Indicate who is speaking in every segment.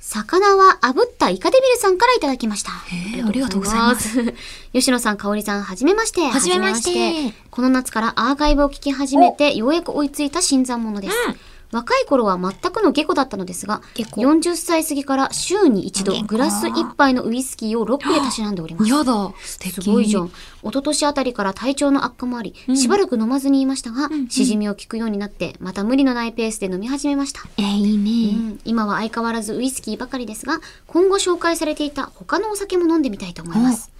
Speaker 1: 魚は炙ったイカデビルさんからいただきました。。
Speaker 2: へーありがとうございます
Speaker 1: 吉野さん、香織さん、はじめまして。
Speaker 2: はじめまして
Speaker 1: はじめましてこの夏からアーカイブを聞き始めて、ようやく追いついた新参者です。
Speaker 2: うん
Speaker 1: 若い頃は全くの下戸だったのですが、
Speaker 2: 下戸
Speaker 1: 40歳過ぎから週に一度
Speaker 2: 下戸
Speaker 1: グラス一杯のウイスキーをロックでたしなんでおります。
Speaker 2: やだ。素敵。
Speaker 1: すごいじゃん。一昨年あたりから体調の悪化もあり、
Speaker 2: うん
Speaker 1: しばらく飲まずにいましたが、
Speaker 2: うん
Speaker 1: しじみを聞くようになって、また無理のないペースで飲み始めました。
Speaker 2: えー、いいね。
Speaker 1: うん今は相変わらずウイスキーばかりですが、今後紹介されていた他のお酒も飲んでみたいと思います。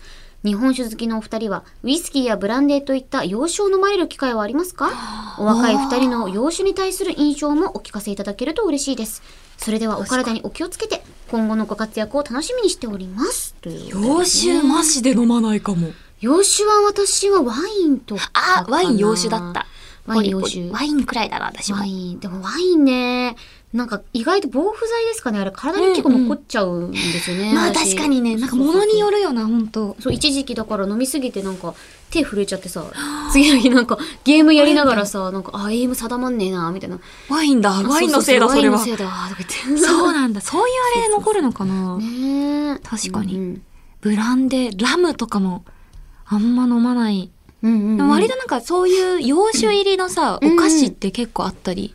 Speaker 1: 日本酒好きのお二人は、ウイスキーやブランデーといった洋酒を飲まれる機会はありますかお若い二人の洋酒に対する印象もお聞かせいただけると嬉しいです。それではお体にお気をつけて、今後のご活躍を楽しみにしております。ということで
Speaker 2: 洋酒マジで飲まないかも。
Speaker 1: 洋酒は私はワインとかか
Speaker 2: あ
Speaker 1: な、
Speaker 2: ワイン洋酒だった。
Speaker 1: ワイン洋酒
Speaker 2: ポリポリワインくらいだな、私も
Speaker 1: ワ。イン、でもワインね、なんか意外と防腐剤ですかね、あれ体に結構残っちゃうんですよね。
Speaker 2: まあ
Speaker 1: 私
Speaker 2: 確かにね、なんか物によるよな、本当
Speaker 1: そう、一時期だから飲みすぎてなんか手震えちゃってさ、次の日なんかゲームやりながらさ、なんか、あ、エイム定まんねえな、みたいな。
Speaker 2: ワインだ、ワインのせいだ、
Speaker 1: う
Speaker 2: そうれ
Speaker 1: う
Speaker 2: は。
Speaker 1: ワイ
Speaker 2: そ
Speaker 1: ンのせいだ、とか言って。
Speaker 2: うなんだ、そういうあれで残るのかな。
Speaker 1: ねえ
Speaker 2: 確かに
Speaker 1: うん
Speaker 2: ブランデー、ラムとかも、あんま飲まない。
Speaker 1: うん。うんうんうん
Speaker 2: でも割となんかそういう洋酒入りのさ、
Speaker 1: うん
Speaker 2: お菓子って結構あったり。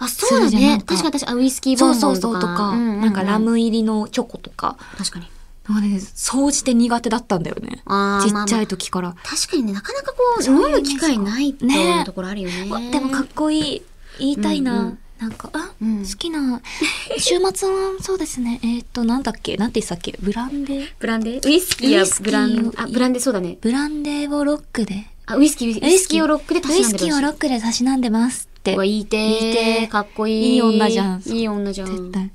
Speaker 1: あ、そうだ
Speaker 2: するじゃんなん
Speaker 1: ね。
Speaker 2: か
Speaker 1: 確かに私、あウイスキー
Speaker 2: そ
Speaker 1: ボ
Speaker 2: う
Speaker 1: ン
Speaker 2: そ
Speaker 1: ボン
Speaker 2: う
Speaker 1: と
Speaker 2: そう
Speaker 1: か。
Speaker 2: とか、
Speaker 1: ううう
Speaker 2: なんかラ。ム入りのチョコとか。
Speaker 1: 確かに。
Speaker 2: なんかね、総じて苦手だったんだよね。
Speaker 1: あ
Speaker 2: ち
Speaker 1: ーまあ
Speaker 2: っちゃい時から。
Speaker 1: 確かにね、なかなかこう、
Speaker 2: そうい
Speaker 1: 飲
Speaker 2: う
Speaker 1: む機会ないってい
Speaker 2: ね
Speaker 1: うところあるよね。
Speaker 2: わでもかっこいい。言いたいな。
Speaker 1: うんうん
Speaker 2: なんか、あ、
Speaker 1: うん
Speaker 2: 好きな、 週末はそうですね。えーっと、なんだっけなんて言ってたっけブランデー
Speaker 1: ブランデーウイスキーや
Speaker 2: ウイスキー
Speaker 1: ブラン
Speaker 2: を、
Speaker 1: あ、ブランデーそうだね。
Speaker 2: ブランデーをロックで。
Speaker 1: あ、ウイスキー、ウイスキーをロックでたし
Speaker 2: ウイ
Speaker 1: なん
Speaker 2: ス
Speaker 1: でる
Speaker 2: キーをロックで差しなんでますって。
Speaker 1: うわいいてー。
Speaker 2: いいてー
Speaker 1: かっこいい。
Speaker 2: いい女じゃん
Speaker 1: いい女じゃん。
Speaker 2: 絶対。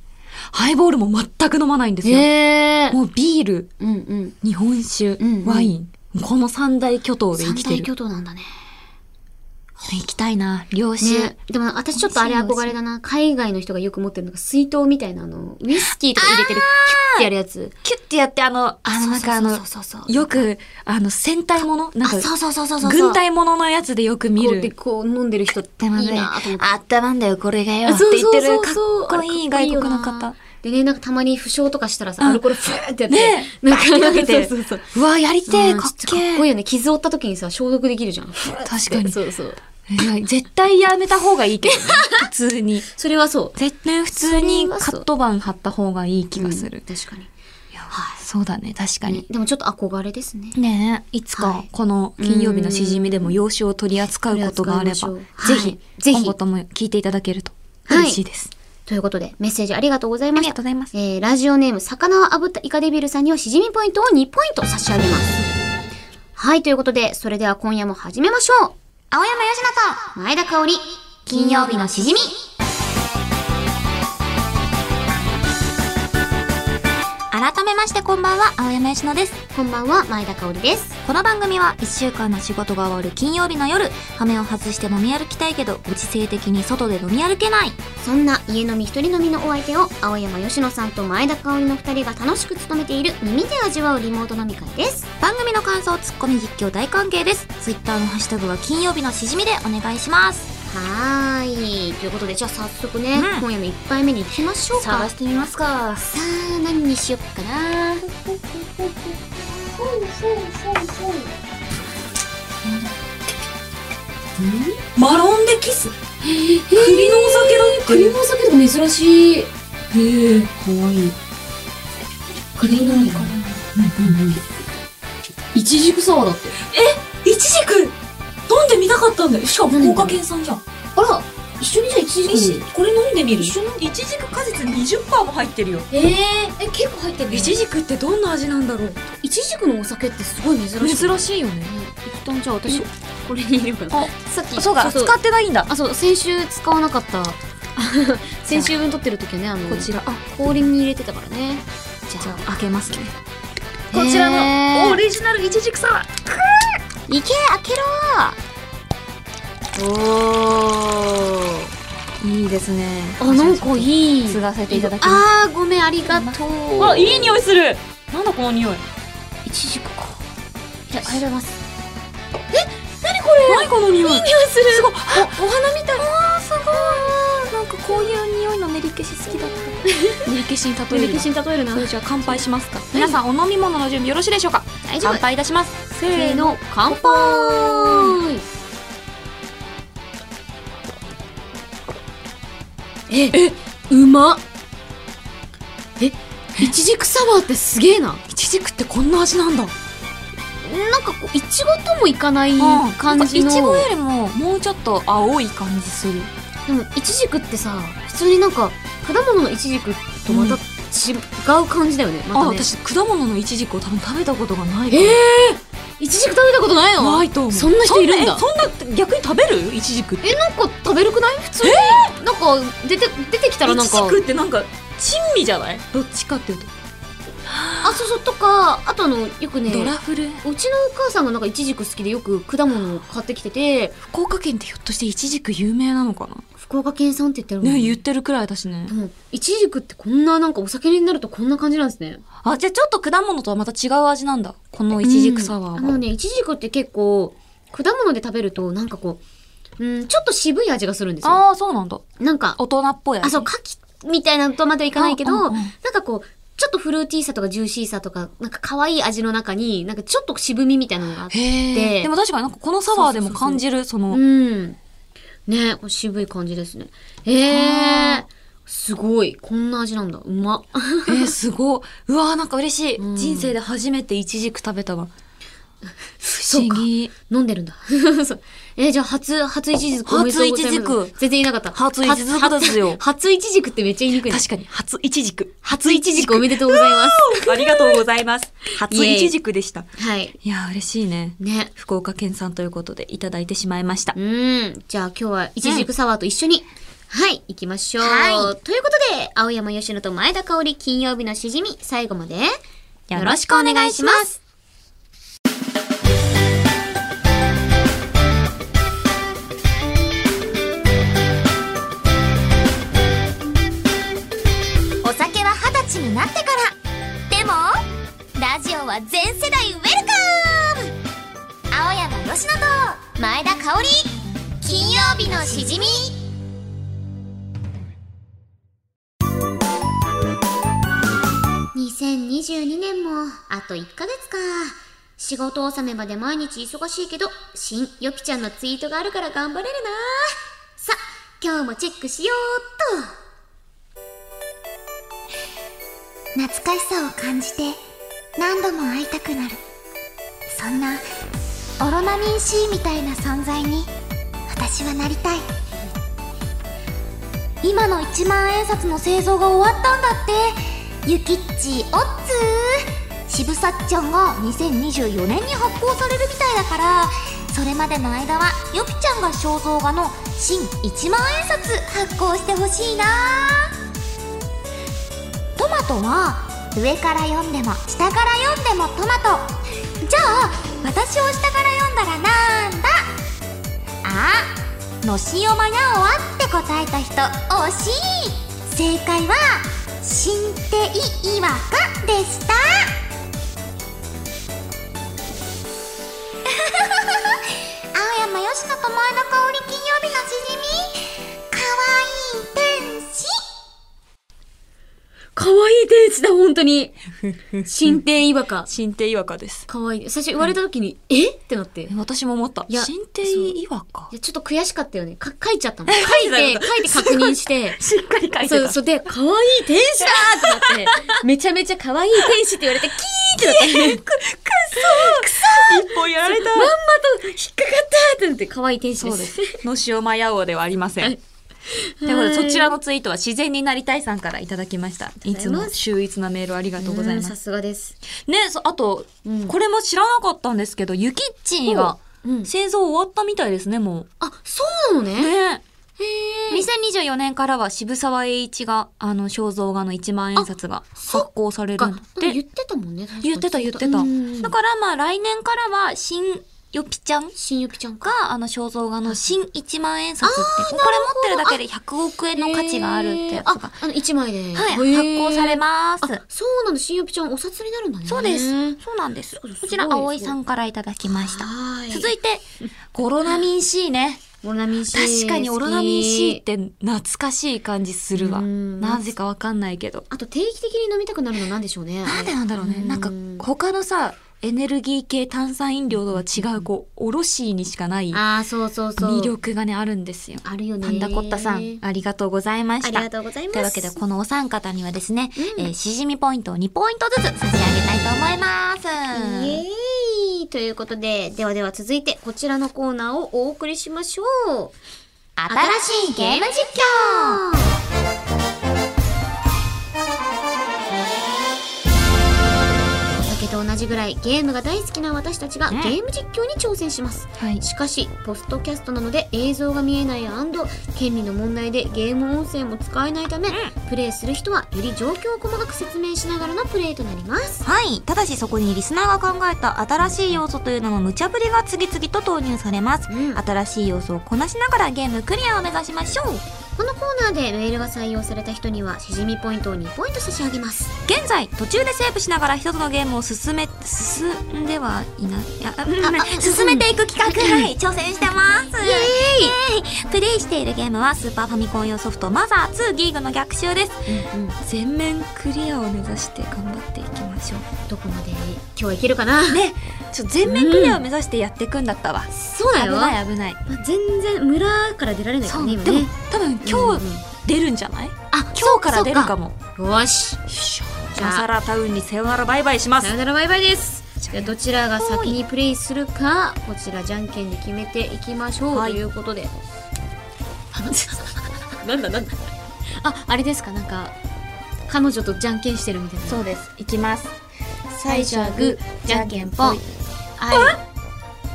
Speaker 2: ハイボールも全く飲まないんですよ。
Speaker 1: えー。
Speaker 2: もうビール、
Speaker 1: うんうん。
Speaker 2: 日本酒、
Speaker 1: んうん
Speaker 2: ワイン。この三大巨頭で生
Speaker 1: 三
Speaker 2: きて
Speaker 1: 大
Speaker 2: る。
Speaker 1: 巨頭なんだね。
Speaker 2: 行きたいな。領酒。
Speaker 1: ね。でも私ちょっとあれ憧れだな。海外の人がよく持ってるのが水筒みたいなあの、ウイスキーとか入れてる、キュッてやるやつ。
Speaker 2: キュッてやって、あの、あの、なんかあの
Speaker 1: そう、そうそうそう。
Speaker 2: よく、あの、戦隊ものなん
Speaker 1: あ、
Speaker 2: か、
Speaker 1: そうそうそうそうそう。
Speaker 2: 軍隊もののやつでよく見
Speaker 1: こう
Speaker 2: る。
Speaker 1: やってこう飲んでる人ってい
Speaker 2: で
Speaker 1: い
Speaker 2: も
Speaker 1: な
Speaker 2: ね
Speaker 1: と思って。
Speaker 2: あったまんだよ、これがよ
Speaker 1: あ
Speaker 2: って言ってる、かっ
Speaker 1: そうそうそう
Speaker 2: こいい外国の
Speaker 1: あれかっこいいよな
Speaker 2: 方。
Speaker 1: でね、なんかたまに負傷とかしたらさ、
Speaker 2: うん
Speaker 1: アルコールふーってやって、
Speaker 2: ねえ、
Speaker 1: なんか
Speaker 2: かけて
Speaker 1: そうそうそう。
Speaker 2: うわ、やりてえ、
Speaker 1: うんちょ
Speaker 2: かっ
Speaker 1: っと
Speaker 2: け
Speaker 1: かっこいい
Speaker 2: え。
Speaker 1: よね。傷負った時にさ、消毒できるじゃん。
Speaker 2: 確かに。
Speaker 1: そうそう。
Speaker 2: いや絶対やめた方がいいけどね、普通に。
Speaker 1: それはそう。
Speaker 2: 絶対普
Speaker 1: そ
Speaker 2: 通に
Speaker 1: れ
Speaker 2: カ
Speaker 1: はそう
Speaker 2: ット板貼った方がいい気がす
Speaker 1: うん
Speaker 2: る。
Speaker 1: 確かに、
Speaker 2: いやそうだね、確か
Speaker 1: ね
Speaker 2: に。
Speaker 1: でもちょっと憧れですね。
Speaker 2: ねえ、いつ
Speaker 1: は
Speaker 2: か
Speaker 1: い
Speaker 2: この金曜日のしじみでも洋酒を取り扱うことがあれば、
Speaker 1: 取り
Speaker 2: ぜ
Speaker 1: 扱いましょう
Speaker 2: ひ、
Speaker 1: はいぜひ
Speaker 2: 今後とも聞いていただけると
Speaker 1: はい
Speaker 2: 嬉しいです。
Speaker 1: ということで、メッセージありがとうござい
Speaker 2: あ
Speaker 1: ま
Speaker 2: り
Speaker 1: し
Speaker 2: が
Speaker 1: た
Speaker 2: と。うございます。
Speaker 1: えー、ラジオネーム、魚を炙ったイカデビルさんにはしじみポイントを2ポイント差し上げます。はい、ということで、それでは今夜も始めましょう。
Speaker 2: 青山よし
Speaker 1: 前田香織、金曜日のしじみ。
Speaker 2: なと改めましてこんばんは、青山よしのです。
Speaker 1: こんばんは、前田香織です。
Speaker 2: この番組は1週間の仕事が終わる金曜日の夜、羽目を外して飲み歩きたいけど、ご時世的に外で飲み歩けない。
Speaker 1: そんな家飲み一人飲みのお相手を青山佳乃さんと前田香織の2人が楽しく務めている耳で味わうリモート飲み会です
Speaker 2: 番組の感想、ツッコミ、実況大歓迎です。ツイッターのハッシュタグは金曜日のしじみでお願いします。
Speaker 1: はーいということでじゃあ早速ね、
Speaker 2: うん
Speaker 1: 今夜の1杯目に行きましょうかさ
Speaker 2: してみますか。
Speaker 1: あ何にしよっかな
Speaker 2: マロンでキス栗のお酒だって
Speaker 1: のお酒とか珍しい
Speaker 2: へえ、かわいい。栗のかな
Speaker 1: いちじくサワーだって
Speaker 2: いちじく飲んでみたかったんだよ。しかも福岡県産じゃん。
Speaker 1: あら一緒にじゃあいち
Speaker 2: いちこれ飲んでみる一じく果実20%も入ってるよ。
Speaker 1: ええ結構入ってる
Speaker 2: いちじくってどんな味なんだろう
Speaker 1: いちじくのお酒ってすごい珍しい
Speaker 2: 珍しいよね。
Speaker 1: 一旦じゃあ私これに入れようか
Speaker 2: あ
Speaker 1: なさっき
Speaker 2: そうか、使ってないんだ。
Speaker 1: あそう先週使わなかった先週分取ってる時はねあの
Speaker 2: こちら。あ、
Speaker 1: 氷に入れてたからねじ
Speaker 2: じゃ
Speaker 1: ゃ
Speaker 2: あ開けますね。
Speaker 1: あ
Speaker 2: こちらのオ
Speaker 1: え
Speaker 2: リジナルいちじくサワー。
Speaker 1: ーいけ開けろお
Speaker 2: いいですね。
Speaker 1: ーあなんか
Speaker 2: い。
Speaker 1: いい
Speaker 2: 継がせていただきます。
Speaker 1: あーごめんありがとう
Speaker 2: あ、いい匂いする。なんだこの匂い。
Speaker 1: いちじくかじゃあありがとうございます
Speaker 2: 何この匂い。いい匂いする。すご
Speaker 1: お
Speaker 2: い。
Speaker 1: お花みたい
Speaker 2: あーすごい。なんかこういう匂いのメリケシ好きだった。焼けしに例
Speaker 1: 塗
Speaker 2: え
Speaker 1: り
Speaker 2: る
Speaker 1: 消しに例えるな
Speaker 2: それじゃあ乾杯しますか皆さんお飲み物の準備よろしいでしょうか
Speaker 1: 大丈夫
Speaker 2: 乾杯いたしますせ
Speaker 1: せーの乾杯えうまっえいちじくサワーってすげえな
Speaker 2: イチジクってこんな味なん
Speaker 1: な
Speaker 2: だ
Speaker 1: んかこういちごともいかない感じ
Speaker 2: い
Speaker 1: の
Speaker 2: ちごよりももうちょっと青い感じする
Speaker 1: でもいちじくってさ普通になんか果物のいちじくとまた
Speaker 2: う
Speaker 1: 違う感じだよね,、ま
Speaker 2: あ
Speaker 1: たね
Speaker 2: 私果物のイチジクを多分食べたことがないか
Speaker 1: え
Speaker 2: ら
Speaker 1: ー、いちじく食べたことないの
Speaker 2: ないと思う
Speaker 1: そんな人いるんだ
Speaker 2: そんなえそんな逆に食べるイチジクって
Speaker 1: えなんか食べるくない普通に、なんか出て出てきたら
Speaker 2: イ
Speaker 1: なん
Speaker 2: チ
Speaker 1: か
Speaker 2: ジクってなんか珍味じゃないどっちかっていうと、
Speaker 1: あそうそうとかあとあのよくね
Speaker 2: ドラフル
Speaker 1: うちのお母さんがなんかイチジク好きでよく果物を買ってきてて
Speaker 2: 福岡県ってひょっとしてイチジク有名なのかな
Speaker 1: 福岡県産って言ってるもん
Speaker 2: ね言ってるくらいだしね
Speaker 1: でもイチジクってこんななんかお酒になるとこんな感じなんですね
Speaker 2: あじゃあちょっと果物とはまた違う味なんだこのイチジクサワー
Speaker 1: うんあの
Speaker 2: は、
Speaker 1: ねイチジクって結構果物で食べるとなんかこう、うん、ちょっと渋い味がするんですよ
Speaker 2: ああそうなんだ
Speaker 1: なんか
Speaker 2: 大人っぽい味
Speaker 1: あそう牡蠣みたいなのとまではいかないけど
Speaker 2: あうんう
Speaker 1: なんんかこうちょっとフルーティーさとかジューシーさとかなんか可愛い味の中になんかちょっと渋みみたいなのがあって
Speaker 2: へ
Speaker 1: で
Speaker 2: えでも確かになんかこのサワーでも感じるその
Speaker 1: うん。ねこれ渋い感じですね。えー
Speaker 2: は、
Speaker 1: すごい。こんな味なんだ。うまっ。
Speaker 2: えー、すごいうわーなんか嬉しい、
Speaker 1: うん
Speaker 2: 人生で初めてイチジク食べたわ不
Speaker 1: そう
Speaker 2: 思
Speaker 1: か
Speaker 2: 議
Speaker 1: 飲んでるんだ。そうえーじゃあ初、初いちじくおめでとうございます。
Speaker 2: 初いちじ
Speaker 1: 全然言いなかった。
Speaker 2: 初いちずくですよ
Speaker 1: 初初いちじくってめっちゃ言いにくいな。
Speaker 2: 確かに初イチジク
Speaker 1: 初いちじくおめでとうございます。
Speaker 2: ありがとうござい ます初
Speaker 1: イエーイ
Speaker 2: イチジクでした
Speaker 1: はい。
Speaker 2: いやー嬉しいね
Speaker 1: ね。
Speaker 2: 福岡県産ということでいただいてしまいました
Speaker 1: うん。じゃあ今日はいちじくサワーと一緒に、はい、行きましょう。
Speaker 2: は
Speaker 1: ということで、青山吉野と前田香織金曜日のしじみ、最後まで、
Speaker 2: よろしくお願いします。
Speaker 3: お酒は二十歳になってからでもラジオは全世代ウェルカム青山よしのと前田香織金曜日のしじみ
Speaker 1: 2022年もあと1ヶ月か仕事納めまで毎日忙しいけど新よぴちゃんのツイートがあるから頑張れるなさ今日もチェックしようっ
Speaker 3: 懐かしさを感じて何度も会いたくなるそんなオロナミン C みたいな存在に私はなりたい今の一万円札の製造が終わったんだってゆきっちおっつー渋さっちゃんが2024年に発行されるみたいだからそれまでの間はよぴちゃんが肖像画の新一万円札発行してほしいなトマトは上から読んでも下から読んでもトマトじゃあ私を下から読んだらなんだあのしおまやおわって答えた人惜しい正解は新手いわかでした青山よしのと前田香織金曜日のしじみかわいい天使
Speaker 1: とかわいい天使だ本当 に進展違和感
Speaker 2: 新手岩かです
Speaker 1: かわいい最初言われた時に、えってなってい
Speaker 2: え私も思った
Speaker 1: いや
Speaker 2: 新手岩か
Speaker 1: やちょっと悔しかったよねか書いちゃったもん 書いて 書いて確認して
Speaker 2: しっかり書い
Speaker 1: そう、そうで、可愛い天使だーってなって、 めちゃめちゃ可愛い天使って言われて、キーってなって、
Speaker 2: 一本やられた
Speaker 1: まんまと引っかかったーってなって、可愛い天使
Speaker 2: そ
Speaker 1: で
Speaker 2: う
Speaker 1: す。
Speaker 2: です。のしおまやおではありませ
Speaker 1: は
Speaker 2: ん
Speaker 1: い。
Speaker 2: ということで、そちらのツイートは自然になりたいさんからいただきました。い
Speaker 1: りがと
Speaker 2: つ
Speaker 1: うござい
Speaker 2: も
Speaker 1: ます
Speaker 2: 秀逸なメールありがとうございま
Speaker 1: うんさ
Speaker 2: す。
Speaker 1: すがです。
Speaker 2: ね、そあと、
Speaker 1: うん
Speaker 2: これも知らなかったんですけど、ゆきっちが
Speaker 1: うん
Speaker 2: 製造終わったみたいですね、も
Speaker 1: あ、そうなの
Speaker 2: う。
Speaker 1: ね。
Speaker 2: ね。2024年からは渋沢栄一が、あの、肖像画の1万円札が発行される
Speaker 1: か、
Speaker 2: ん
Speaker 1: な
Speaker 2: だ
Speaker 1: ん
Speaker 2: っ
Speaker 1: か
Speaker 2: て
Speaker 1: 言ってたもんね。確かに
Speaker 2: 言ってた言ってた。
Speaker 1: うん
Speaker 2: だからまあ来年からは新よぴちゃん
Speaker 1: 新ゆきちゃんか。
Speaker 2: が、あの、肖像画の新1万円札って、これ持ってるだけで100億円の価値があるってやつが
Speaker 1: あ、、あの、1枚で。
Speaker 2: はい、
Speaker 1: へー
Speaker 2: 発行されます。
Speaker 1: あ、そうなの、新ゆきちゃんお札になるんだね。
Speaker 2: そうです。そうなんです。
Speaker 1: そうです
Speaker 2: こちら、
Speaker 1: すごい
Speaker 2: 葵さんからいただきました。
Speaker 1: はい。
Speaker 2: 続
Speaker 1: い
Speaker 2: いて、コロナミン C ね。
Speaker 1: オロナミン C
Speaker 2: 確かにオロナミン C っ
Speaker 1: 好き
Speaker 2: て懐かしい感じするわ。
Speaker 1: うん
Speaker 2: なぜかわかんないけど。
Speaker 1: あと定期的に飲みたくなるのなんでしょうね
Speaker 2: なんでなんだろうね。
Speaker 1: うん
Speaker 2: なんか他のさ、エネルギー系炭酸飲料とは違う、こう、おろしにしかない
Speaker 1: ああそうそうそう
Speaker 2: 魅力がね、あるんですよ。
Speaker 1: あるよね
Speaker 2: パンダコッタさん、ありがとうございま
Speaker 1: あ
Speaker 2: し
Speaker 1: り
Speaker 2: た。
Speaker 1: がとうございます
Speaker 2: というわけで、このお三方にはですね、
Speaker 1: うん
Speaker 2: えーしじみポイントを2ポイントずつ差し上げたいと思います。
Speaker 1: イエーイということでではでは続いてこちらのコーナーをお送りしましょう
Speaker 2: 新しいゲーム実
Speaker 1: お酒と同じぐらいゲームが大好きな私たちが
Speaker 2: う
Speaker 1: ゲ
Speaker 2: ん
Speaker 1: ーム実況に挑戦します
Speaker 2: 況はい。
Speaker 1: しかしポストキャストなので映像が見えない権利の問題でゲーム音声も使えないためプレイする人はより状況を細かく説明しながらのプレイとなります
Speaker 2: はい。ただしそこにリスナーが考えた新しい要素というのの無茶ぶりが次々と投入されます。
Speaker 1: うん
Speaker 2: 新しい要素をこなしながらゲームクリアを目指しましょう。
Speaker 1: このコーナーでメールが採用された人にはしじみポイントを2ポイント差し上げます
Speaker 2: 現在、途中でセーブしながら一つのゲームを進め、進んではいない、いや、うん
Speaker 1: あ
Speaker 2: 進めていく企画、はい、挑戦してます。
Speaker 1: イエ
Speaker 2: イエーイプレイしているゲームはスーパーファミコン用ソフトマザー2ギーグの逆襲です。
Speaker 1: ーイ、うんうん、
Speaker 2: 全面クリアを目指して頑張っていきましょう。
Speaker 1: どこまで今日はいけるかな
Speaker 2: ね、ちょ、全面クリアを目指してやっていくんだったわ。
Speaker 1: そうだ
Speaker 2: 危
Speaker 1: よ
Speaker 2: ない危ない。
Speaker 1: まあ全然村から出られないか
Speaker 2: そ
Speaker 1: ら
Speaker 2: う、
Speaker 1: ね今
Speaker 2: でも
Speaker 1: ね
Speaker 2: 多分今日出るんじゃない、
Speaker 1: あ
Speaker 2: 今日から出るか
Speaker 1: も
Speaker 2: も。
Speaker 1: よし
Speaker 2: じ
Speaker 1: じゃ
Speaker 2: ゃあ、
Speaker 1: あ
Speaker 2: サラタウンにさよならバイバイしま
Speaker 1: さ
Speaker 2: す
Speaker 1: よ。ならバイバイです
Speaker 2: じゃあ
Speaker 1: じゃあどちらが先にプレイするかこちらじゃんけんで決めていきましょう、
Speaker 2: はい
Speaker 1: ということで なんだなんだああれですかなんか彼女とじゃんけんしてるみたいな
Speaker 2: そうです。いきます。
Speaker 1: 最初はグーじゃんけんぽんあ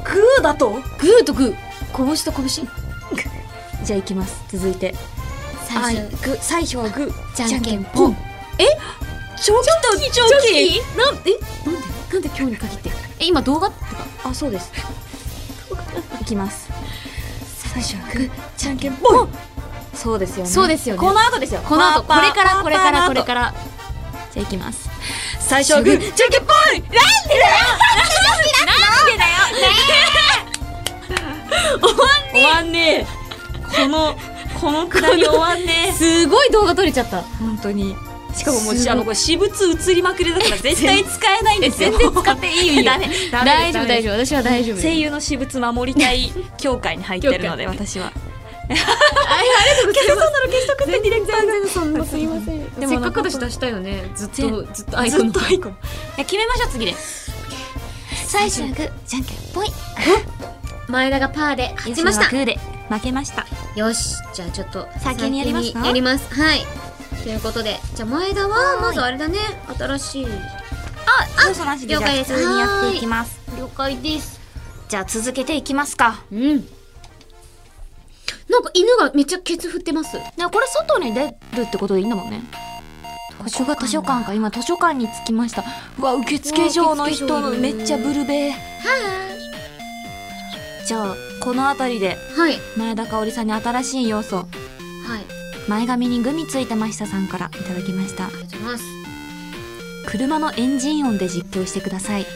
Speaker 2: グーだと
Speaker 1: いグーとグー拳と拳
Speaker 2: じゃあいきます。続いて。
Speaker 1: 最初
Speaker 2: グー、最初はグー、
Speaker 1: じゃんけんぽん
Speaker 2: チョキとチョキ
Speaker 1: なんえなんでなんで今日に限ってえ今動画
Speaker 2: あ、そうです。いきます。最初はグー、じゃんけんぽんそうですよね。
Speaker 1: そうですよね
Speaker 2: この後ですよ。
Speaker 1: この後こ
Speaker 2: パー
Speaker 1: れから
Speaker 2: パー
Speaker 1: これからこれ
Speaker 2: パーパーの後
Speaker 1: から
Speaker 2: じゃあいきます。最初はグー、じゃんけんぽんなんでだよなんでだよなんでだよ 終わんねえ終わんねえこの、このくだり終わん ねえ
Speaker 1: すごい動画撮れちゃった
Speaker 2: 本当にしかももう
Speaker 1: すごい
Speaker 2: あのこれ私物映りまくりだから 絶対使えないんですよ
Speaker 1: 全然使っていいよ
Speaker 2: ダメダメ
Speaker 1: 大丈夫大丈
Speaker 2: 夫
Speaker 1: 夫私は大丈夫
Speaker 2: 声優の私物守りたい協会に入ってるので私は
Speaker 1: 消しとくってディレクター全然そんなすいません
Speaker 2: でも
Speaker 1: せっかくだし出したよねずっとずっとアイコ
Speaker 2: ず
Speaker 1: ン
Speaker 2: っとアイコンいや決めましょう次で
Speaker 3: 最初はグーじゃんけんぽい
Speaker 1: 前田がパーで勝ちまし
Speaker 2: 吉
Speaker 1: た
Speaker 2: 野はグーで負けました
Speaker 1: よしじゃあちょっと
Speaker 2: 先にやりますか
Speaker 1: 先にやりますはいということでじゃあ前田は
Speaker 2: ーい
Speaker 1: まずあれだね新しい
Speaker 2: あそうそうなしで
Speaker 1: 了
Speaker 2: じゃあ
Speaker 1: 解
Speaker 2: 普
Speaker 1: です
Speaker 2: 通にやっていきます
Speaker 1: 了解です
Speaker 2: じゃあ続けていきますか
Speaker 1: うんなんか犬がめっちゃケツ振ってます
Speaker 2: ねこれ外に出るってことでいいんだもんね図書館図書館か今図書館に着きましたうわ受付所の
Speaker 1: うわ
Speaker 2: 人
Speaker 1: 受付所いる
Speaker 2: めっちゃブルベーじゃあこの辺りで
Speaker 1: はい
Speaker 2: 前田香織さんに新しい要素
Speaker 1: はい
Speaker 2: 前髪にグミついてましたさんからいただきました
Speaker 1: ありがとうございます
Speaker 2: 車のエンジン音で実況してください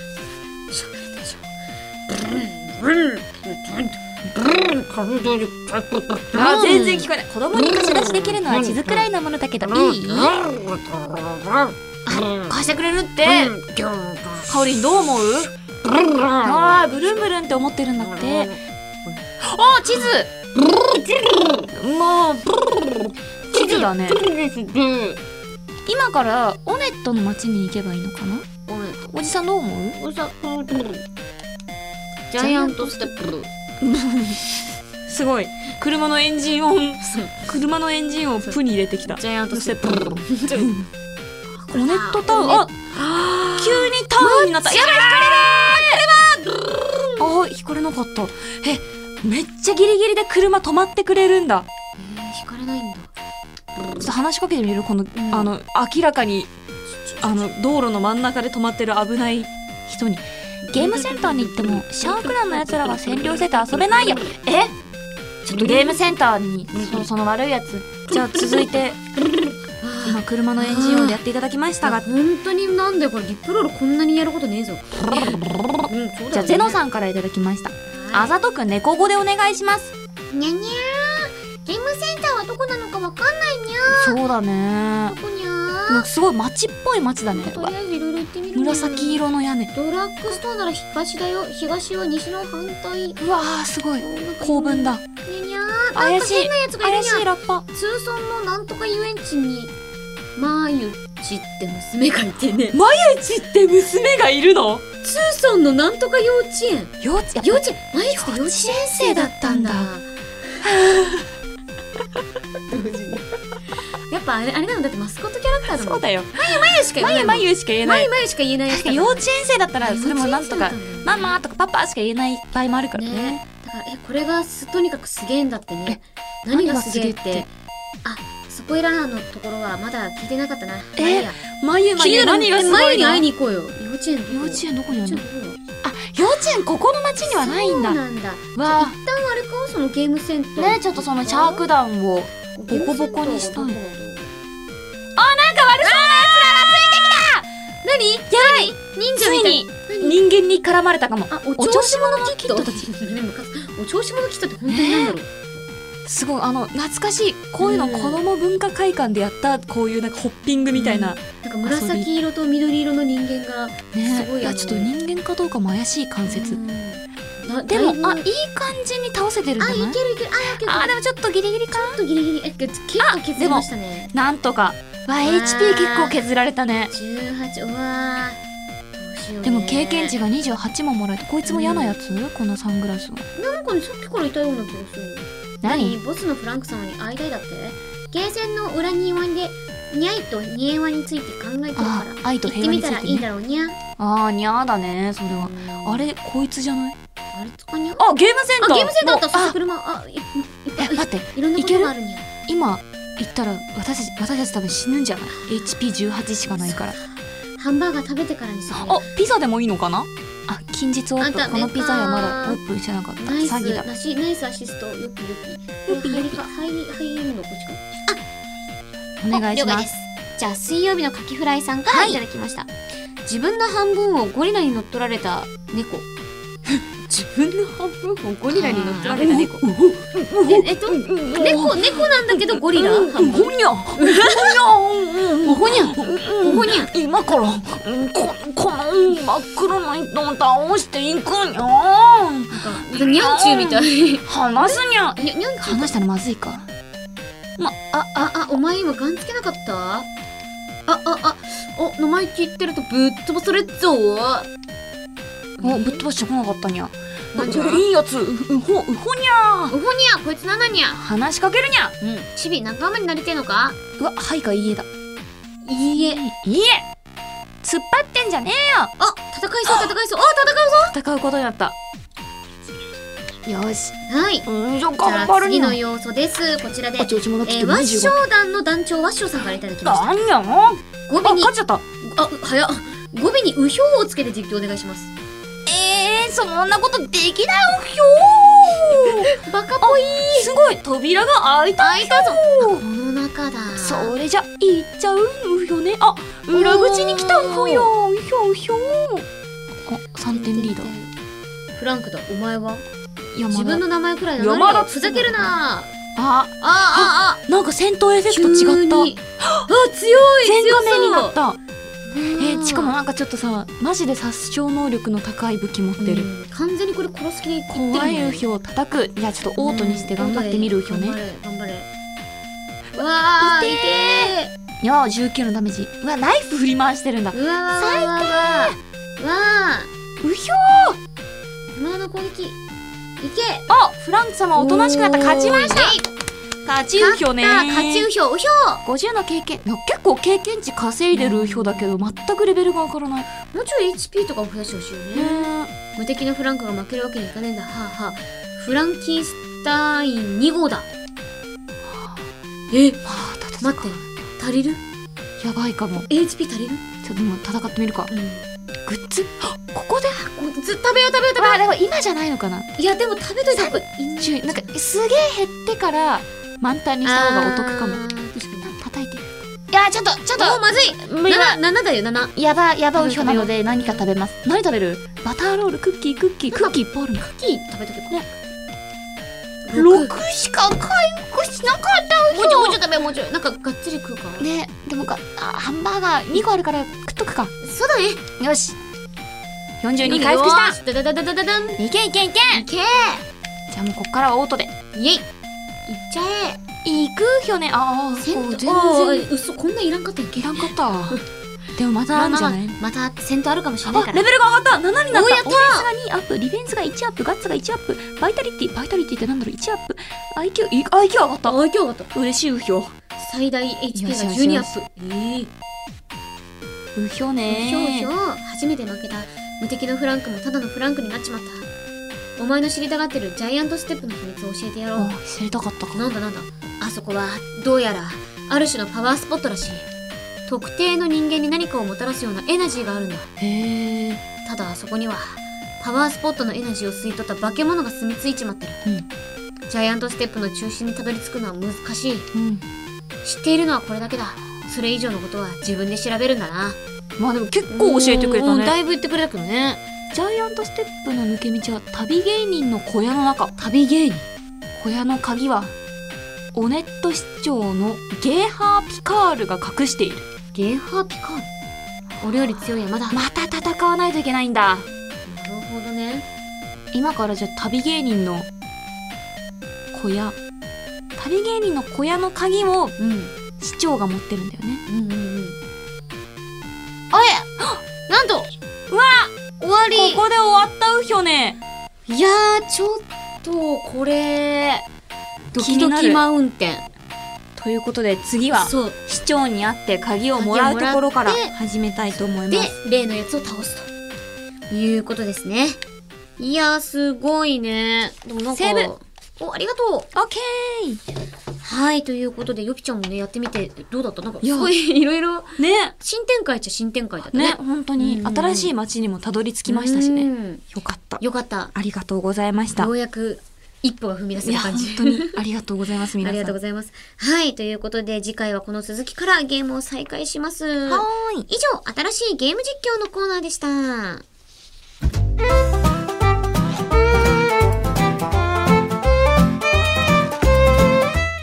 Speaker 2: あ全然聞こえない子供に貸し出しできるのは地図くらいのものだけどいい貸してくれるって香織どう思うああブルンブルンって思ってるんだってあー地図もう地図だね今からオネットの町に行けばいいのかなおじさんどう思う
Speaker 1: ジャイアントステップ
Speaker 2: すごい車のエンジン音車のエンジンをプに入れてきた
Speaker 1: ジャイアントステップ
Speaker 2: オネットタウンあ急にタウンになったやばい引かれるあー引かれなかったえめっちゃギリギリで車止まってくれるんだ
Speaker 1: 引かれないんだ
Speaker 2: ちょっと話しかけてみるこの、
Speaker 1: ん
Speaker 2: あの明らかにあの道路の真ん中で止まってる危ない人にゲームセンターに行ってもシャークランのやつらが占領してて遊べないよえちょっとゲームセンターにそその悪いやつじゃあ続いて 今車のエンジン音でやっていただきましたがじ
Speaker 1: 本当になんでこれリップロールこんなにやることねえぞ
Speaker 2: ゃあゼノさんからいただきましたあざとく猫語でお願いします
Speaker 1: にゃにゃーゲームセンターはどこなのかわかんないにゃ
Speaker 2: そうだね
Speaker 1: ーどこにゃ
Speaker 2: なんかすごい町っぽい町だね
Speaker 1: ーとりあえずいろいろ行ってみるね
Speaker 2: 紫色の屋根
Speaker 1: ドラッグストアなら東だよ東は西の反対
Speaker 2: うわーすごい
Speaker 1: 公
Speaker 2: 構文だ
Speaker 1: にゃにゃーなん
Speaker 2: 怪
Speaker 1: か
Speaker 2: しい
Speaker 1: 変なやつがいる
Speaker 2: 怪
Speaker 1: に
Speaker 2: しい
Speaker 1: ゃ
Speaker 2: ラッパ
Speaker 1: 通村のなんとか遊園地にまゆちって娘がいてね
Speaker 2: うちって娘がいるの
Speaker 1: 通村のなんとか幼稚園
Speaker 2: 幼稚
Speaker 1: 幼稚園まゆちって幼稚園生だったんだ同時にやっぱあれあれなのだってマスコットキャラクターだもん
Speaker 2: そうだよ
Speaker 1: まゆしか言え
Speaker 2: ま
Speaker 1: ない
Speaker 2: ゆ
Speaker 1: も
Speaker 2: ま
Speaker 1: ん
Speaker 2: ゆしか言え
Speaker 1: ま
Speaker 2: ない
Speaker 1: ゆまゆしか言えないやつ
Speaker 2: 確かに幼稚園生だったらそれもなんとかマ
Speaker 1: マ
Speaker 2: マとかパパしか言えない場合もあるからね
Speaker 1: ねだからえこれがすとにかくすげえんだってね何
Speaker 2: 何
Speaker 1: が
Speaker 2: が
Speaker 1: す
Speaker 2: す
Speaker 1: げ
Speaker 2: げ
Speaker 1: え
Speaker 2: え
Speaker 1: っ
Speaker 2: ってて
Speaker 1: あそこいらのところはまだ聞いてなかったな
Speaker 2: え
Speaker 1: まあいいや
Speaker 2: まゆま
Speaker 1: 気に
Speaker 2: ゆ
Speaker 1: なる
Speaker 2: 何がすご
Speaker 1: まゆ
Speaker 2: い
Speaker 1: に
Speaker 2: の
Speaker 1: 会い
Speaker 2: 幼
Speaker 1: に行こうよ幼稚園
Speaker 2: 幼稚園どこにある
Speaker 1: ちょっ
Speaker 2: の
Speaker 1: と
Speaker 2: あ幼稚園ここの町にはないんだ
Speaker 1: そう
Speaker 2: わ
Speaker 1: なんだじゃあ
Speaker 2: あ
Speaker 1: 一旦あれかそのゲームセンター
Speaker 2: ねちょっとそのシャーク弾を
Speaker 1: ボ
Speaker 2: コボコにしたい
Speaker 1: あなんか悪そうな奴らがついてきた何
Speaker 2: や
Speaker 1: 忍
Speaker 2: つ
Speaker 1: 者み
Speaker 2: い
Speaker 1: たい
Speaker 2: に
Speaker 1: 何
Speaker 2: 人間に絡まれたかも
Speaker 1: あ
Speaker 2: お調子者キッド
Speaker 1: お
Speaker 2: た
Speaker 1: 調
Speaker 2: ち
Speaker 1: 子者キッドたち お調子者キッドって本当になんだろう
Speaker 2: すごいあの懐かしいこういうの
Speaker 1: ねえ
Speaker 2: 子ども文化会館でやったこういうなんかホッピングみたいな、
Speaker 1: なんか紫色と緑色の人間がす
Speaker 2: ね
Speaker 1: ごい
Speaker 2: いやちょっと人間かどうかも怪しい関節、
Speaker 1: な
Speaker 2: で
Speaker 1: だい
Speaker 2: も
Speaker 1: ぶ
Speaker 2: あいい感じに倒せてるん
Speaker 1: あ
Speaker 2: じ
Speaker 1: い
Speaker 2: ゃない
Speaker 1: けるいけるあ結構
Speaker 2: あでもちょっとギリギリか
Speaker 1: ちょっとギリギリえ結構削れましたね
Speaker 2: なんとかわ HP 結構削られたね
Speaker 1: 18うわーどうしようね
Speaker 2: でも経験値が28ももらえてこいつも嫌なやつ、このサングラスは
Speaker 1: なんかねさっきからいたような気がする
Speaker 2: 何
Speaker 1: ボスのフランク様に会いたいだってゲーセンの裏庭でにゃいとにえわについて考えてるか
Speaker 2: あ
Speaker 1: ら
Speaker 2: 愛と
Speaker 1: 行って
Speaker 2: 平和
Speaker 1: み
Speaker 2: に
Speaker 1: た
Speaker 2: つ
Speaker 1: ら
Speaker 2: い
Speaker 1: い
Speaker 2: て、
Speaker 1: い
Speaker 2: ね、
Speaker 1: だろうにゃ
Speaker 2: あーにゃーだねそれはあれこいつじゃない
Speaker 1: あれつかにゃ
Speaker 2: あゲームセンター
Speaker 1: あゲームセンターあったそ
Speaker 2: もう
Speaker 1: して車あいい
Speaker 2: あえ
Speaker 1: い
Speaker 2: 待って
Speaker 1: いろんなこ
Speaker 2: いけ
Speaker 1: と
Speaker 2: る
Speaker 1: があるにゃ
Speaker 2: 今行ったら私たち私たち多分死ぬんじゃない HP18 しかないから
Speaker 1: ハンバーガー食べてからにするよ
Speaker 2: あピザでもいいのかなあ近日オ
Speaker 1: あ
Speaker 2: ー
Speaker 1: ダメ
Speaker 2: プ
Speaker 1: か
Speaker 2: ンこのピザ屋まだオープンしてなかった
Speaker 1: ナイス
Speaker 2: 詐欺だ
Speaker 1: なしナイスアシストよくよく
Speaker 2: よくよく
Speaker 1: 入りか入り入れるのこっちか
Speaker 2: お願いし
Speaker 1: 了
Speaker 2: ま
Speaker 1: 解
Speaker 2: す
Speaker 1: ですじゃあ水曜日のカキフライさんから
Speaker 2: はい
Speaker 1: いただきました、自分の半分をゴリラに乗っ取られた猫
Speaker 2: 自分の半分をゴリラに乗っ取られた猫
Speaker 1: ええっと猫猫なんだけどゴリラ半分
Speaker 2: ほにゃほにゃ
Speaker 1: ほにゃほにゃ
Speaker 2: 今からここの真っ黒の人を倒していくにゃ
Speaker 1: にゃんちゅうみたいに
Speaker 2: 話すにゃ
Speaker 1: ゃにゃんちゅう
Speaker 2: 話したらまずいかまああ
Speaker 1: ああお前今ガンつけなかったあああお名前聞いてるとぶっ飛ばされっぞ
Speaker 2: おぶっ飛ばしてこなかったにゃ
Speaker 1: なんじゃ
Speaker 2: いいやつううほうほにゃ
Speaker 1: おほにゃこいつなんだにゃ
Speaker 2: 話しかけるにゃ
Speaker 1: うんチビ仲間になりてえのか
Speaker 2: うわはいかいいえだ
Speaker 1: いいえ
Speaker 2: いいえ突っ張ってんじゃねえよ
Speaker 1: あ戦いそう戦いそうあ戦い
Speaker 2: 戦うことになったよし
Speaker 1: そうはいじ
Speaker 2: うんじゃあ
Speaker 1: ゃ
Speaker 2: 頑張
Speaker 1: あ
Speaker 2: る
Speaker 1: 次
Speaker 2: にゃ
Speaker 1: の要素ですこちらで
Speaker 2: あ調子者きっ
Speaker 1: えー、
Speaker 2: と
Speaker 1: ワッシ
Speaker 2: 25
Speaker 1: ョウ団の団長ワッショウさんからいただきました
Speaker 2: なんやあ
Speaker 1: 語尾に
Speaker 2: 勝っちゃった
Speaker 1: あ早っ語尾に「うひょう」をつけて実況お願いします
Speaker 2: えー、そんなことできないおひょー
Speaker 1: バカ
Speaker 2: ぽいすごい扉が開いた開いたぞ
Speaker 1: この中だ
Speaker 2: それじゃ行っちゃううひょねあ裏口に来たうひょようひょうひょあ三点リード
Speaker 1: フランクだお前は自
Speaker 2: 山
Speaker 1: 分
Speaker 2: 田
Speaker 1: の名前くらい名乗
Speaker 2: 山
Speaker 1: れよ
Speaker 2: 田
Speaker 1: ふざけるな
Speaker 2: あ
Speaker 1: ああああ
Speaker 2: なんか戦闘エフェクト
Speaker 1: 急
Speaker 2: 違
Speaker 1: に
Speaker 2: った
Speaker 1: あ強い
Speaker 2: 全
Speaker 1: 強
Speaker 2: 画面にな
Speaker 1: そ
Speaker 2: っ
Speaker 1: う
Speaker 2: たえ
Speaker 1: うん
Speaker 2: しかもなんかちょっとさマジで殺傷能力の高い武器持ってる、
Speaker 1: うん完全にこれ殺す気で言ってる
Speaker 2: 怖い
Speaker 1: よ
Speaker 2: ウヒョを叩くじゃあちょっとオートにして頑張ってみるウヒョね
Speaker 1: 頑張れ頑張れうわー
Speaker 2: 痛えいや19のダメージうわナイフ振り回してるんだ
Speaker 1: 痛えうわわわわわわうわ
Speaker 2: うひょ
Speaker 1: ー今の攻撃いけ
Speaker 2: あフランク様おとなしくなった勝ちました
Speaker 1: 勝
Speaker 2: 勝ちうひょね
Speaker 1: 勝ちうひょうひょ
Speaker 2: 50の経験いや結構経験値稼いでる表だけど全くレベルが上がらない
Speaker 1: もうちょい HP とかを増やしてほしいよ
Speaker 2: ね
Speaker 1: ね無敵のフランクが負けるわけにいかねえんだはあ、はあ、フランキンスタイン2号だえ
Speaker 2: まあ戦う
Speaker 1: 待って足りる
Speaker 2: やばいかも
Speaker 1: HP 足りる
Speaker 2: ちょっともう戦ってみるか
Speaker 1: うん
Speaker 2: グッズあここで
Speaker 1: ず食べよう食べよう食べよ
Speaker 2: あでも今じゃないのかない
Speaker 1: やでも食べといた方がいい
Speaker 2: 注意なんかすげえ減ってから満タンにした方がお得かも
Speaker 1: あー
Speaker 2: 叩いていやちょっとちょっ
Speaker 1: もう
Speaker 2: と
Speaker 1: まずい
Speaker 2: 無理だ
Speaker 1: 7, 7だよ7
Speaker 2: やばやばうひょなの
Speaker 1: 食べ
Speaker 2: で何か食べます何食べるバターロールクッキークッキークッキーいっぱいあるの
Speaker 1: キー食べとけば
Speaker 2: ね六しか回復しなかった
Speaker 1: もうちょいもうちょい食べようもうちょいなんかがっつり食うか
Speaker 2: ねでもかあハンバーガー二個あるから食っとくか
Speaker 1: そうだね
Speaker 2: よし四十二回復した
Speaker 1: たダダダダダダンい
Speaker 2: いけいけいけ
Speaker 1: け
Speaker 2: じゃあもうこっからはオートで
Speaker 1: イエイいっちゃえ
Speaker 2: 行くよねああ
Speaker 1: 戦闘
Speaker 2: 全
Speaker 1: あ
Speaker 2: 然
Speaker 1: ー嘘こんないらんかったっけ
Speaker 2: いらんかったでもまたあるんじゃない
Speaker 1: また戦闘あるかもしれない
Speaker 2: あ
Speaker 1: か
Speaker 2: レ
Speaker 1: ら
Speaker 2: ベルが上がった7になった
Speaker 1: おやった
Speaker 2: オフェンスが2アップリフェンスが1アップガッツが1アップバイタリティバイタリティってなんだろう1アップ IQ, い IQ 上がった
Speaker 1: あ今日がと
Speaker 2: 嬉しいうひょ
Speaker 1: 最大 HP が
Speaker 2: よしよし
Speaker 1: 12
Speaker 2: よ
Speaker 1: アッ
Speaker 2: し
Speaker 1: プええ
Speaker 2: うひょね
Speaker 1: ひょうひょう初めて負けた無敵のフランクもただのフランクになっちまったお前の知りたがってるジャイアントステップの秘密を教えてやろ
Speaker 2: あ知りたかったか
Speaker 1: うなんだなんだあそこはどうやらある種のパワースポットらしい特定の人間に何かをもたらすようなエナジーがあるんだ
Speaker 2: へえ
Speaker 1: ただそこにはパワースポットのエナジーを吸い取った化け物が住み着いちまってる、ジャイアントステップの中心にたどり着くのは難しい
Speaker 2: うん
Speaker 1: 知っているのはこれだけだそれ以上のことは自分で調べるんだな
Speaker 2: まあでも結構教えてくれた
Speaker 1: うんうん
Speaker 2: ね
Speaker 1: だいぶ言ってくれたけどね
Speaker 2: ジャイアントステップの抜け道は旅芸人の小屋の中旅芸人小屋の鍵はオネット市長のゲーハー・ピカールが隠している
Speaker 1: ゲーハーピカール俺より強い山だな
Speaker 2: また戦わないといけないんだ
Speaker 1: るほどね
Speaker 2: 今からじゃあ旅芸人の小屋旅芸人の小屋の鍵を
Speaker 1: うん
Speaker 2: 市長が持ってるんだよね
Speaker 1: うんうんうんあえなんとうわ終わり
Speaker 2: ここで終わったうひょね
Speaker 1: いやーちょっとこれドキド
Speaker 2: 気
Speaker 1: キ
Speaker 2: にな
Speaker 1: マウンテン
Speaker 2: ということで次は
Speaker 1: そう
Speaker 2: 市長に会って鍵をもらうところから
Speaker 1: 鍵をも
Speaker 2: 始めたいと思い
Speaker 1: で
Speaker 2: ます
Speaker 1: 例のやつを倒すということですねいやーすごいねでもなんか
Speaker 2: セー
Speaker 1: おありがと
Speaker 2: オッケ
Speaker 1: うはいということでよきちゃんもねやってみてどうだ ったなんか
Speaker 2: いや
Speaker 1: すごいいろいろ
Speaker 2: ーね
Speaker 1: 新展開っちゃ新展開だったね
Speaker 2: ね本当
Speaker 1: うん
Speaker 2: に
Speaker 1: うんうん
Speaker 2: 新しい街にもたどり着きましたしね
Speaker 1: ね
Speaker 2: よかった
Speaker 1: よかった
Speaker 2: ありがとうございました
Speaker 1: ようやく一歩が踏み出せ
Speaker 2: い
Speaker 1: る
Speaker 2: や
Speaker 1: 感
Speaker 2: 本
Speaker 1: じ
Speaker 2: 当に ありがとうございます皆
Speaker 1: あ
Speaker 2: さ
Speaker 1: り
Speaker 2: ん
Speaker 1: がとうございますはいということで次回はこの続きからゲームを再開します
Speaker 2: はーい
Speaker 1: 以上新しいゲーム実況のコーナーでした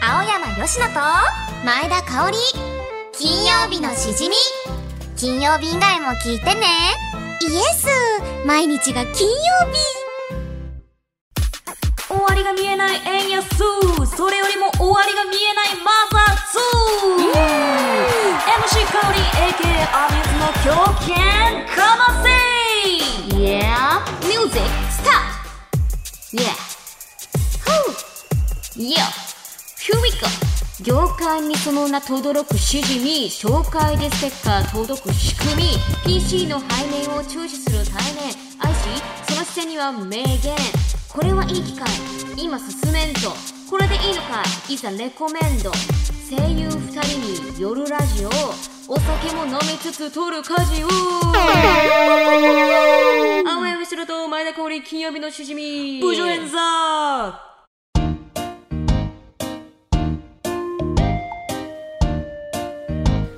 Speaker 3: 青山よしと前田香織金曜日のしじみ金曜日以外も聞いてねイエス毎日が金曜日
Speaker 2: 終わりが見えない円安それよりも終わりが見えないマザー 2MC 香り AKA アミューズの狂犬かませ
Speaker 1: Yeah Music Start Yeah Whew. Yeah Here we go 業界にその名轟くしじみ紹介でステッカー届く仕組み PC の背面を注視する対面愛しその視線には名言これはいい機会今進めんとこれでいいのかいいざレコメンド声優2人に夜ラジオお酒も飲みつつ撮る家事を青山しろと前田香織金曜日のしじみ
Speaker 2: ブジョエンザー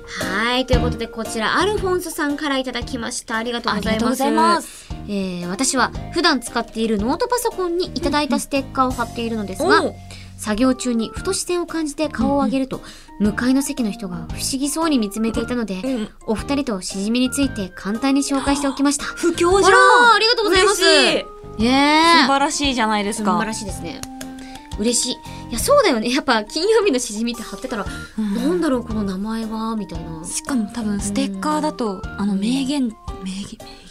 Speaker 1: はいということでこちらアルフォンスさんからいただきましたありがとうございます
Speaker 2: ありがとうございます
Speaker 1: えー私は普段使っているノートパソコンにいただいたステッカーを貼っているのですが、
Speaker 2: おう
Speaker 1: 作業中にふと視線を感じて顔を上げると、向かいの席の人が不思議そうに見つめていたので、
Speaker 2: ん
Speaker 1: お二人としじみについて簡単に紹介しておきました
Speaker 2: 不況
Speaker 1: あ
Speaker 2: じゃ
Speaker 1: らー
Speaker 2: ん
Speaker 1: ありがとうございます
Speaker 2: 嬉しい
Speaker 1: え
Speaker 2: 素
Speaker 1: え
Speaker 2: 晴らしいじゃないです
Speaker 1: 素
Speaker 2: か
Speaker 1: 晴らしいですね嬉しいいやそうだよねやっぱ金曜日のしじみって貼ってたら、
Speaker 2: うん
Speaker 1: なんだろうこの名前はみたいな名
Speaker 2: しかも多分ステッカーだとあの名言名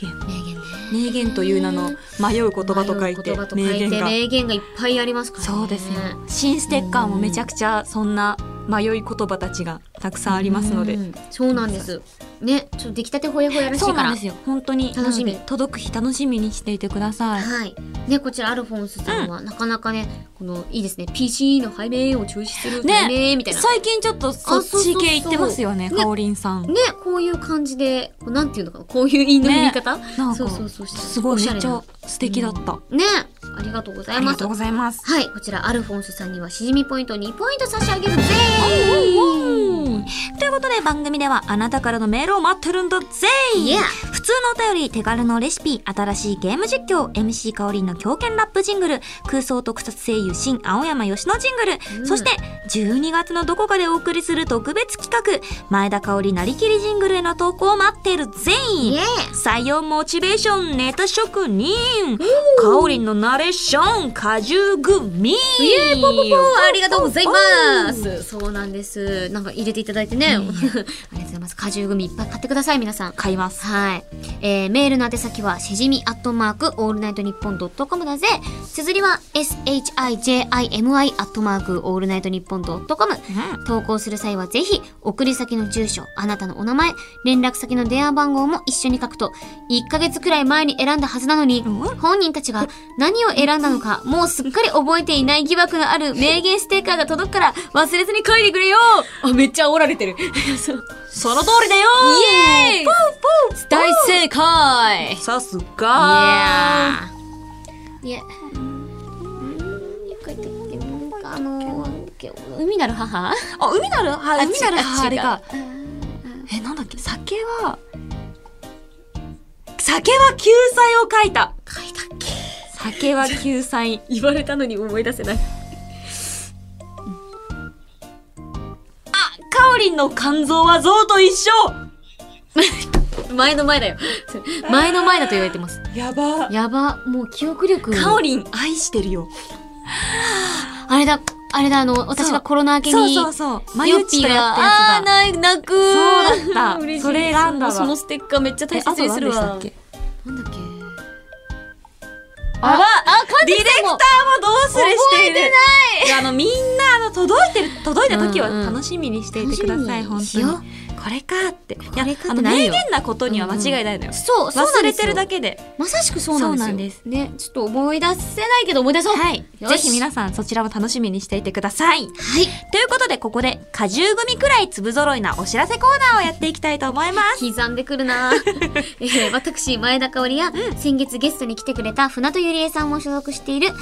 Speaker 2: 言名
Speaker 1: 言ね
Speaker 2: 言名言という名の迷う言葉と書い
Speaker 1: 迷
Speaker 2: て
Speaker 1: う言葉と書
Speaker 2: 名
Speaker 1: いて
Speaker 2: 言が
Speaker 1: 名言がいっぱいありますからね
Speaker 2: そうですね。新ステッカーもめちゃくちゃそんな迷い言葉たちがたくさんありますので
Speaker 1: う。んそうなんですねちょっと出来たてほやほやらしい
Speaker 2: そう
Speaker 1: か
Speaker 2: な
Speaker 1: ら
Speaker 2: んですよ。本当に
Speaker 1: 楽しみ
Speaker 2: なので届く日楽しみにしていてください。
Speaker 1: はいねこちらアルフォンスさんは、なかなかねこのいいですね PC の背面を中止する
Speaker 2: ね
Speaker 1: ためみたいな
Speaker 2: 最近ちょっとそっち系行ってますよね、
Speaker 1: そうそうそう
Speaker 2: かおりんさん。
Speaker 1: ねこういう感じでこうなんていうのかなこういう韻の言い方、
Speaker 2: なん
Speaker 1: そ
Speaker 2: か
Speaker 1: うそうそう
Speaker 2: すご
Speaker 1: お
Speaker 2: い
Speaker 1: し
Speaker 2: め
Speaker 1: ゃ
Speaker 2: っ
Speaker 1: れ
Speaker 2: ち
Speaker 1: な
Speaker 2: ゃ素敵だった。
Speaker 1: ねありがとうござ
Speaker 2: あ
Speaker 1: い
Speaker 2: り
Speaker 1: ま
Speaker 2: が
Speaker 1: す
Speaker 2: とうございます。
Speaker 1: はいこちらアルフォンスさんにはしじみポイント2ポイント差し上げるぜ
Speaker 2: おうおうおうということで番組ではあなたからのメールを待ってるんだぜ
Speaker 1: Yeah
Speaker 2: 普通のお便り、手軽のレシピ、新しいゲーム実況、MC 香りの狂犬ラップジングル、空想特撮声優新青山吉野ジングル、
Speaker 1: うん
Speaker 2: そして12月のどこかでお送りする特別企画、前田香織なりきりジングルへの投稿を待ってるぜ
Speaker 1: イエー
Speaker 2: 採用モチベーションネタ職人かおりんのナレーション果汁グミ
Speaker 1: イエーポポポありがとうございますそうなんですなんか入れていただいてね ありがとうございます果汁グミいっぱい買ってください皆さん
Speaker 2: 買います
Speaker 1: はい、えー、メールの宛先はしじみアットマークオールナイトニッポンドットコムだぜ綴りは SHIJIMI アットマークオールナイトニッポンドットコム
Speaker 2: うん
Speaker 1: 投稿する際はぜひ送り先の住所あなたのお名前連絡先の電話番号も一緒に書くと1ヶ月くらい前に選んだはずなのに
Speaker 2: うん
Speaker 1: 本人たちが何を選んだのかもうすっかり覚えていない疑惑のある名言ステッカーが届くから忘れずに書いてくれよあめっちゃ煽られてる そう
Speaker 2: その通りだよ
Speaker 1: イエーイ大正解
Speaker 2: さす
Speaker 1: い
Speaker 2: が
Speaker 1: やーいや帰ってきてなんかあのー海なる母
Speaker 2: あ海なるは
Speaker 1: あ
Speaker 2: 海なる
Speaker 1: 違う
Speaker 2: はあれか
Speaker 1: 違う
Speaker 2: えなんだっけ酒は酒は救済を書いた
Speaker 1: 書いたっけ
Speaker 2: 酒は救済
Speaker 1: 言われたのに思い出せない
Speaker 2: かおりんの肝臓は象と一緒
Speaker 1: 前の前だよそれ前の前だと言われてます
Speaker 2: やば
Speaker 1: やばもう記憶力
Speaker 2: かおりん愛してるよ
Speaker 1: あれだあれだあの私がコロナ明け
Speaker 2: そう
Speaker 1: に
Speaker 2: そうそう。マ
Speaker 1: ヨ
Speaker 2: ヨッ
Speaker 1: ッピ
Speaker 2: ピ
Speaker 1: ー
Speaker 2: ーがや
Speaker 1: が
Speaker 2: ったや
Speaker 1: あー
Speaker 2: つだ。
Speaker 1: ない泣く
Speaker 2: そうだった
Speaker 1: 嬉しい
Speaker 2: それ選んだわ
Speaker 1: そのそのステッカーめっちゃ大
Speaker 2: えあ
Speaker 1: 切
Speaker 2: と
Speaker 1: にす
Speaker 2: 何で
Speaker 1: る
Speaker 2: した
Speaker 1: わ
Speaker 2: っけ
Speaker 1: なんだっけ
Speaker 2: あ
Speaker 1: あ
Speaker 2: わ
Speaker 1: あ帰っ
Speaker 2: ディ
Speaker 1: て
Speaker 2: レ
Speaker 1: きた
Speaker 2: クター
Speaker 1: も
Speaker 2: もどうするしている
Speaker 1: 覚えて
Speaker 2: いやあのみんなあの届いてる届いた時は
Speaker 1: うんうん
Speaker 2: 楽しみにしていてください、
Speaker 1: 楽
Speaker 2: 本
Speaker 1: しみ
Speaker 2: 当
Speaker 1: に
Speaker 2: に
Speaker 1: し
Speaker 2: これかっていや
Speaker 1: れかって
Speaker 2: あの
Speaker 1: な
Speaker 2: 名
Speaker 1: いよ
Speaker 2: 言なことには間違いないのよ、
Speaker 1: そうそうな
Speaker 2: 忘
Speaker 1: んで
Speaker 2: れ
Speaker 1: すよ
Speaker 2: てるだけで
Speaker 1: まさしくそうなんですよ
Speaker 2: そうなんです
Speaker 1: ねちょっと思い出せないけど思い出そう
Speaker 2: はい
Speaker 1: よ
Speaker 2: ぜ
Speaker 1: し
Speaker 2: ひ皆さんそちらも楽しみにしていてくださ
Speaker 1: は
Speaker 2: い
Speaker 1: い
Speaker 2: ということでここで果汁組くらい粒揃いなお知らせコーナーをやっていきたいと思います
Speaker 1: 刻んでくる な、えー私前田香織や、先月ゲストに来てくれた船戸ゆりえさんも所属しているアミ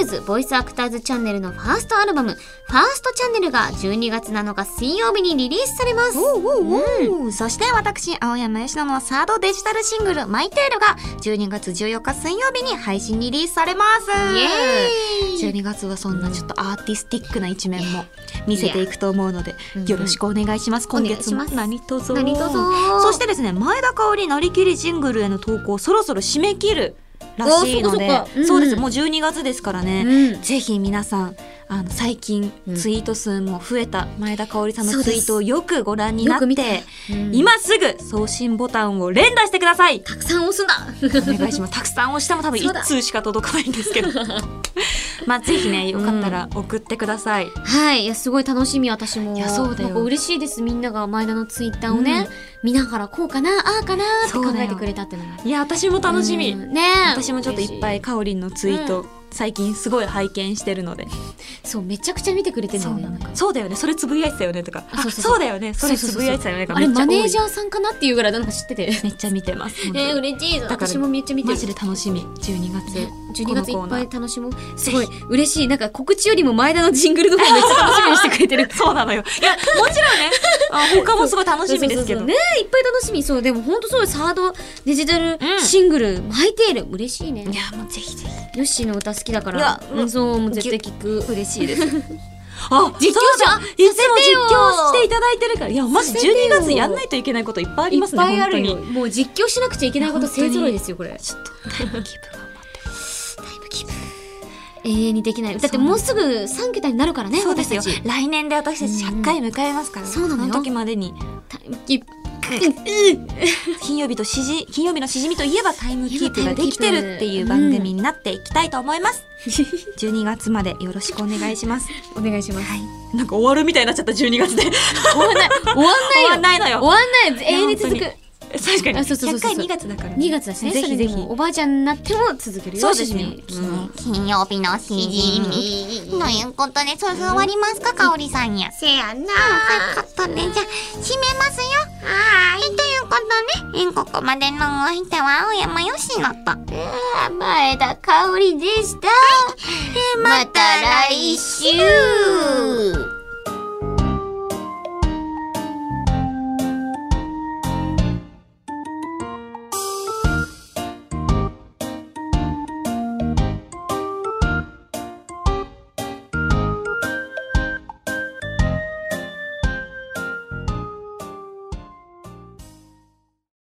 Speaker 1: ューズボイスアクターズチャンネルのファーストアルバム「ファーストチャンネル」が12月7日水曜日にリリースされます
Speaker 2: うんそして私、青山吉野のサードデジタルシングル、マイテールが12月14日水曜日に配信リリースされます。
Speaker 1: イエーイ
Speaker 2: 12月はそんなちょっとアーティスティックな一面も見せていくと思うので、
Speaker 1: うん
Speaker 2: よろしくお願いします。
Speaker 1: お
Speaker 2: 今
Speaker 1: 願い
Speaker 2: 月
Speaker 1: し
Speaker 2: も
Speaker 1: ます
Speaker 2: 何とぞ。
Speaker 1: 何とぞ
Speaker 2: そしてですね、前田香織なりきりジングルへの投稿、そろそろ締め切るらしいので、
Speaker 1: あそっかそっかうんうん
Speaker 2: そうです、もう12月ですからね。
Speaker 1: うん
Speaker 2: ぜひ皆さんあの最近
Speaker 1: うん
Speaker 2: ツイート数も増えた前田香織さん
Speaker 1: そ
Speaker 2: の
Speaker 1: うで
Speaker 2: ツ
Speaker 1: す
Speaker 2: イートをよくご覧になって
Speaker 1: よく見てうん
Speaker 2: 今すぐ送信ボタンを連打してください
Speaker 1: たくさん押すんだ
Speaker 2: お願いしますたくさん押しても多分
Speaker 1: そうだ
Speaker 2: 1通しか届かないんですけどまあぜひねよかったら送ってください、
Speaker 1: はいいやすごい楽しみ私も
Speaker 2: いやそうだよ
Speaker 1: なんか嬉しいですみんなが前田のツイッターをね、見ながらこうかなああかなって
Speaker 2: そう
Speaker 1: 考
Speaker 2: だよ
Speaker 1: えてくれたっていうのが
Speaker 2: いや私も楽しみ、
Speaker 1: うんねえ
Speaker 2: 私もちょっといっぱいかおりんのツイート、最近すごい拝見してるので
Speaker 1: そうめちゃくちゃ見てくれてるのよねなんか
Speaker 2: そうだよねそれつぶやいてたよねとか
Speaker 1: あそうそうそう
Speaker 2: あだよねそれつぶやいてたよねとか
Speaker 1: あれ
Speaker 2: めっちゃ
Speaker 1: マ
Speaker 2: 多い
Speaker 1: ネージャーさんかなっていうぐらいなんか知ってて
Speaker 2: めっちゃ見てます
Speaker 1: え
Speaker 2: 本当に
Speaker 1: ー、嬉しい
Speaker 2: から
Speaker 1: 私もめっちゃ見て
Speaker 2: マ
Speaker 1: る
Speaker 2: ジで楽しみ12月
Speaker 1: ね12月い
Speaker 2: このコー
Speaker 1: っ
Speaker 2: ナ
Speaker 1: ぱ
Speaker 2: ー
Speaker 1: い楽しもうすごい嬉しいなんか告知よりも前田のジングルの方めっちゃ楽しみにしてくれて る
Speaker 2: そうなのよいやもちろんねあ他もすごい 楽しみですけ ど
Speaker 1: そうそうそうねえいっぱい楽しみそうでも本当そうサードデジタル
Speaker 2: うん
Speaker 1: シングル「マイテール」嬉しいね
Speaker 2: いやもうぜひぜひ
Speaker 1: ヨッシーの歌好きだか
Speaker 2: いや
Speaker 1: らうんそうもう絶対聞く嬉しいです
Speaker 2: あ
Speaker 1: 実況者
Speaker 2: そうだいつも実況していただいてるからいやマジ
Speaker 1: させてよ
Speaker 2: 12月やんないといけないこといっぱいあり
Speaker 1: い
Speaker 2: ま
Speaker 1: っ
Speaker 2: すね
Speaker 1: ぱいあ
Speaker 2: 本当
Speaker 1: るよ
Speaker 2: に
Speaker 1: もう実況しなくちゃいけないこと勢揃いですよこれ
Speaker 2: ちょっとタイムキープ頑張って
Speaker 1: タイムキープ永遠にできないだってもうすぐ3桁になるからね
Speaker 2: そうで
Speaker 1: 私
Speaker 2: す
Speaker 1: た
Speaker 2: よ
Speaker 1: ち
Speaker 2: 来年で私たち100回迎えますから、
Speaker 1: うんそうなのよ
Speaker 2: 時までに
Speaker 1: タイムキープ
Speaker 2: 金曜日としじ金曜日のしじみといえばタイムキープができてるっていう番組になっていきたいと思います、12月までよろしくお願い します
Speaker 1: お願いします
Speaker 2: はいなんか終わるみたいになっちゃった12月で
Speaker 1: 終わんない終わんないよ
Speaker 2: 終わんない
Speaker 1: 終わ
Speaker 2: のよ
Speaker 1: んない永遠に続
Speaker 2: い
Speaker 1: く
Speaker 2: や確かに
Speaker 1: あそうそうそうそう
Speaker 2: 100回2月だからね、
Speaker 1: 2月だしね
Speaker 2: ぜひぜひ
Speaker 1: それもおばあちゃんになっても続けるよ
Speaker 2: そうですね
Speaker 1: しじみうん
Speaker 3: 金曜日のしじみ。ということで、そろそろ終わりますか、かおりさんや。せやな。ということで、じゃあ、締めますよ。はい。ということで、えここまでのお相手は、青山よしのと。
Speaker 1: 前田香織でした、また来週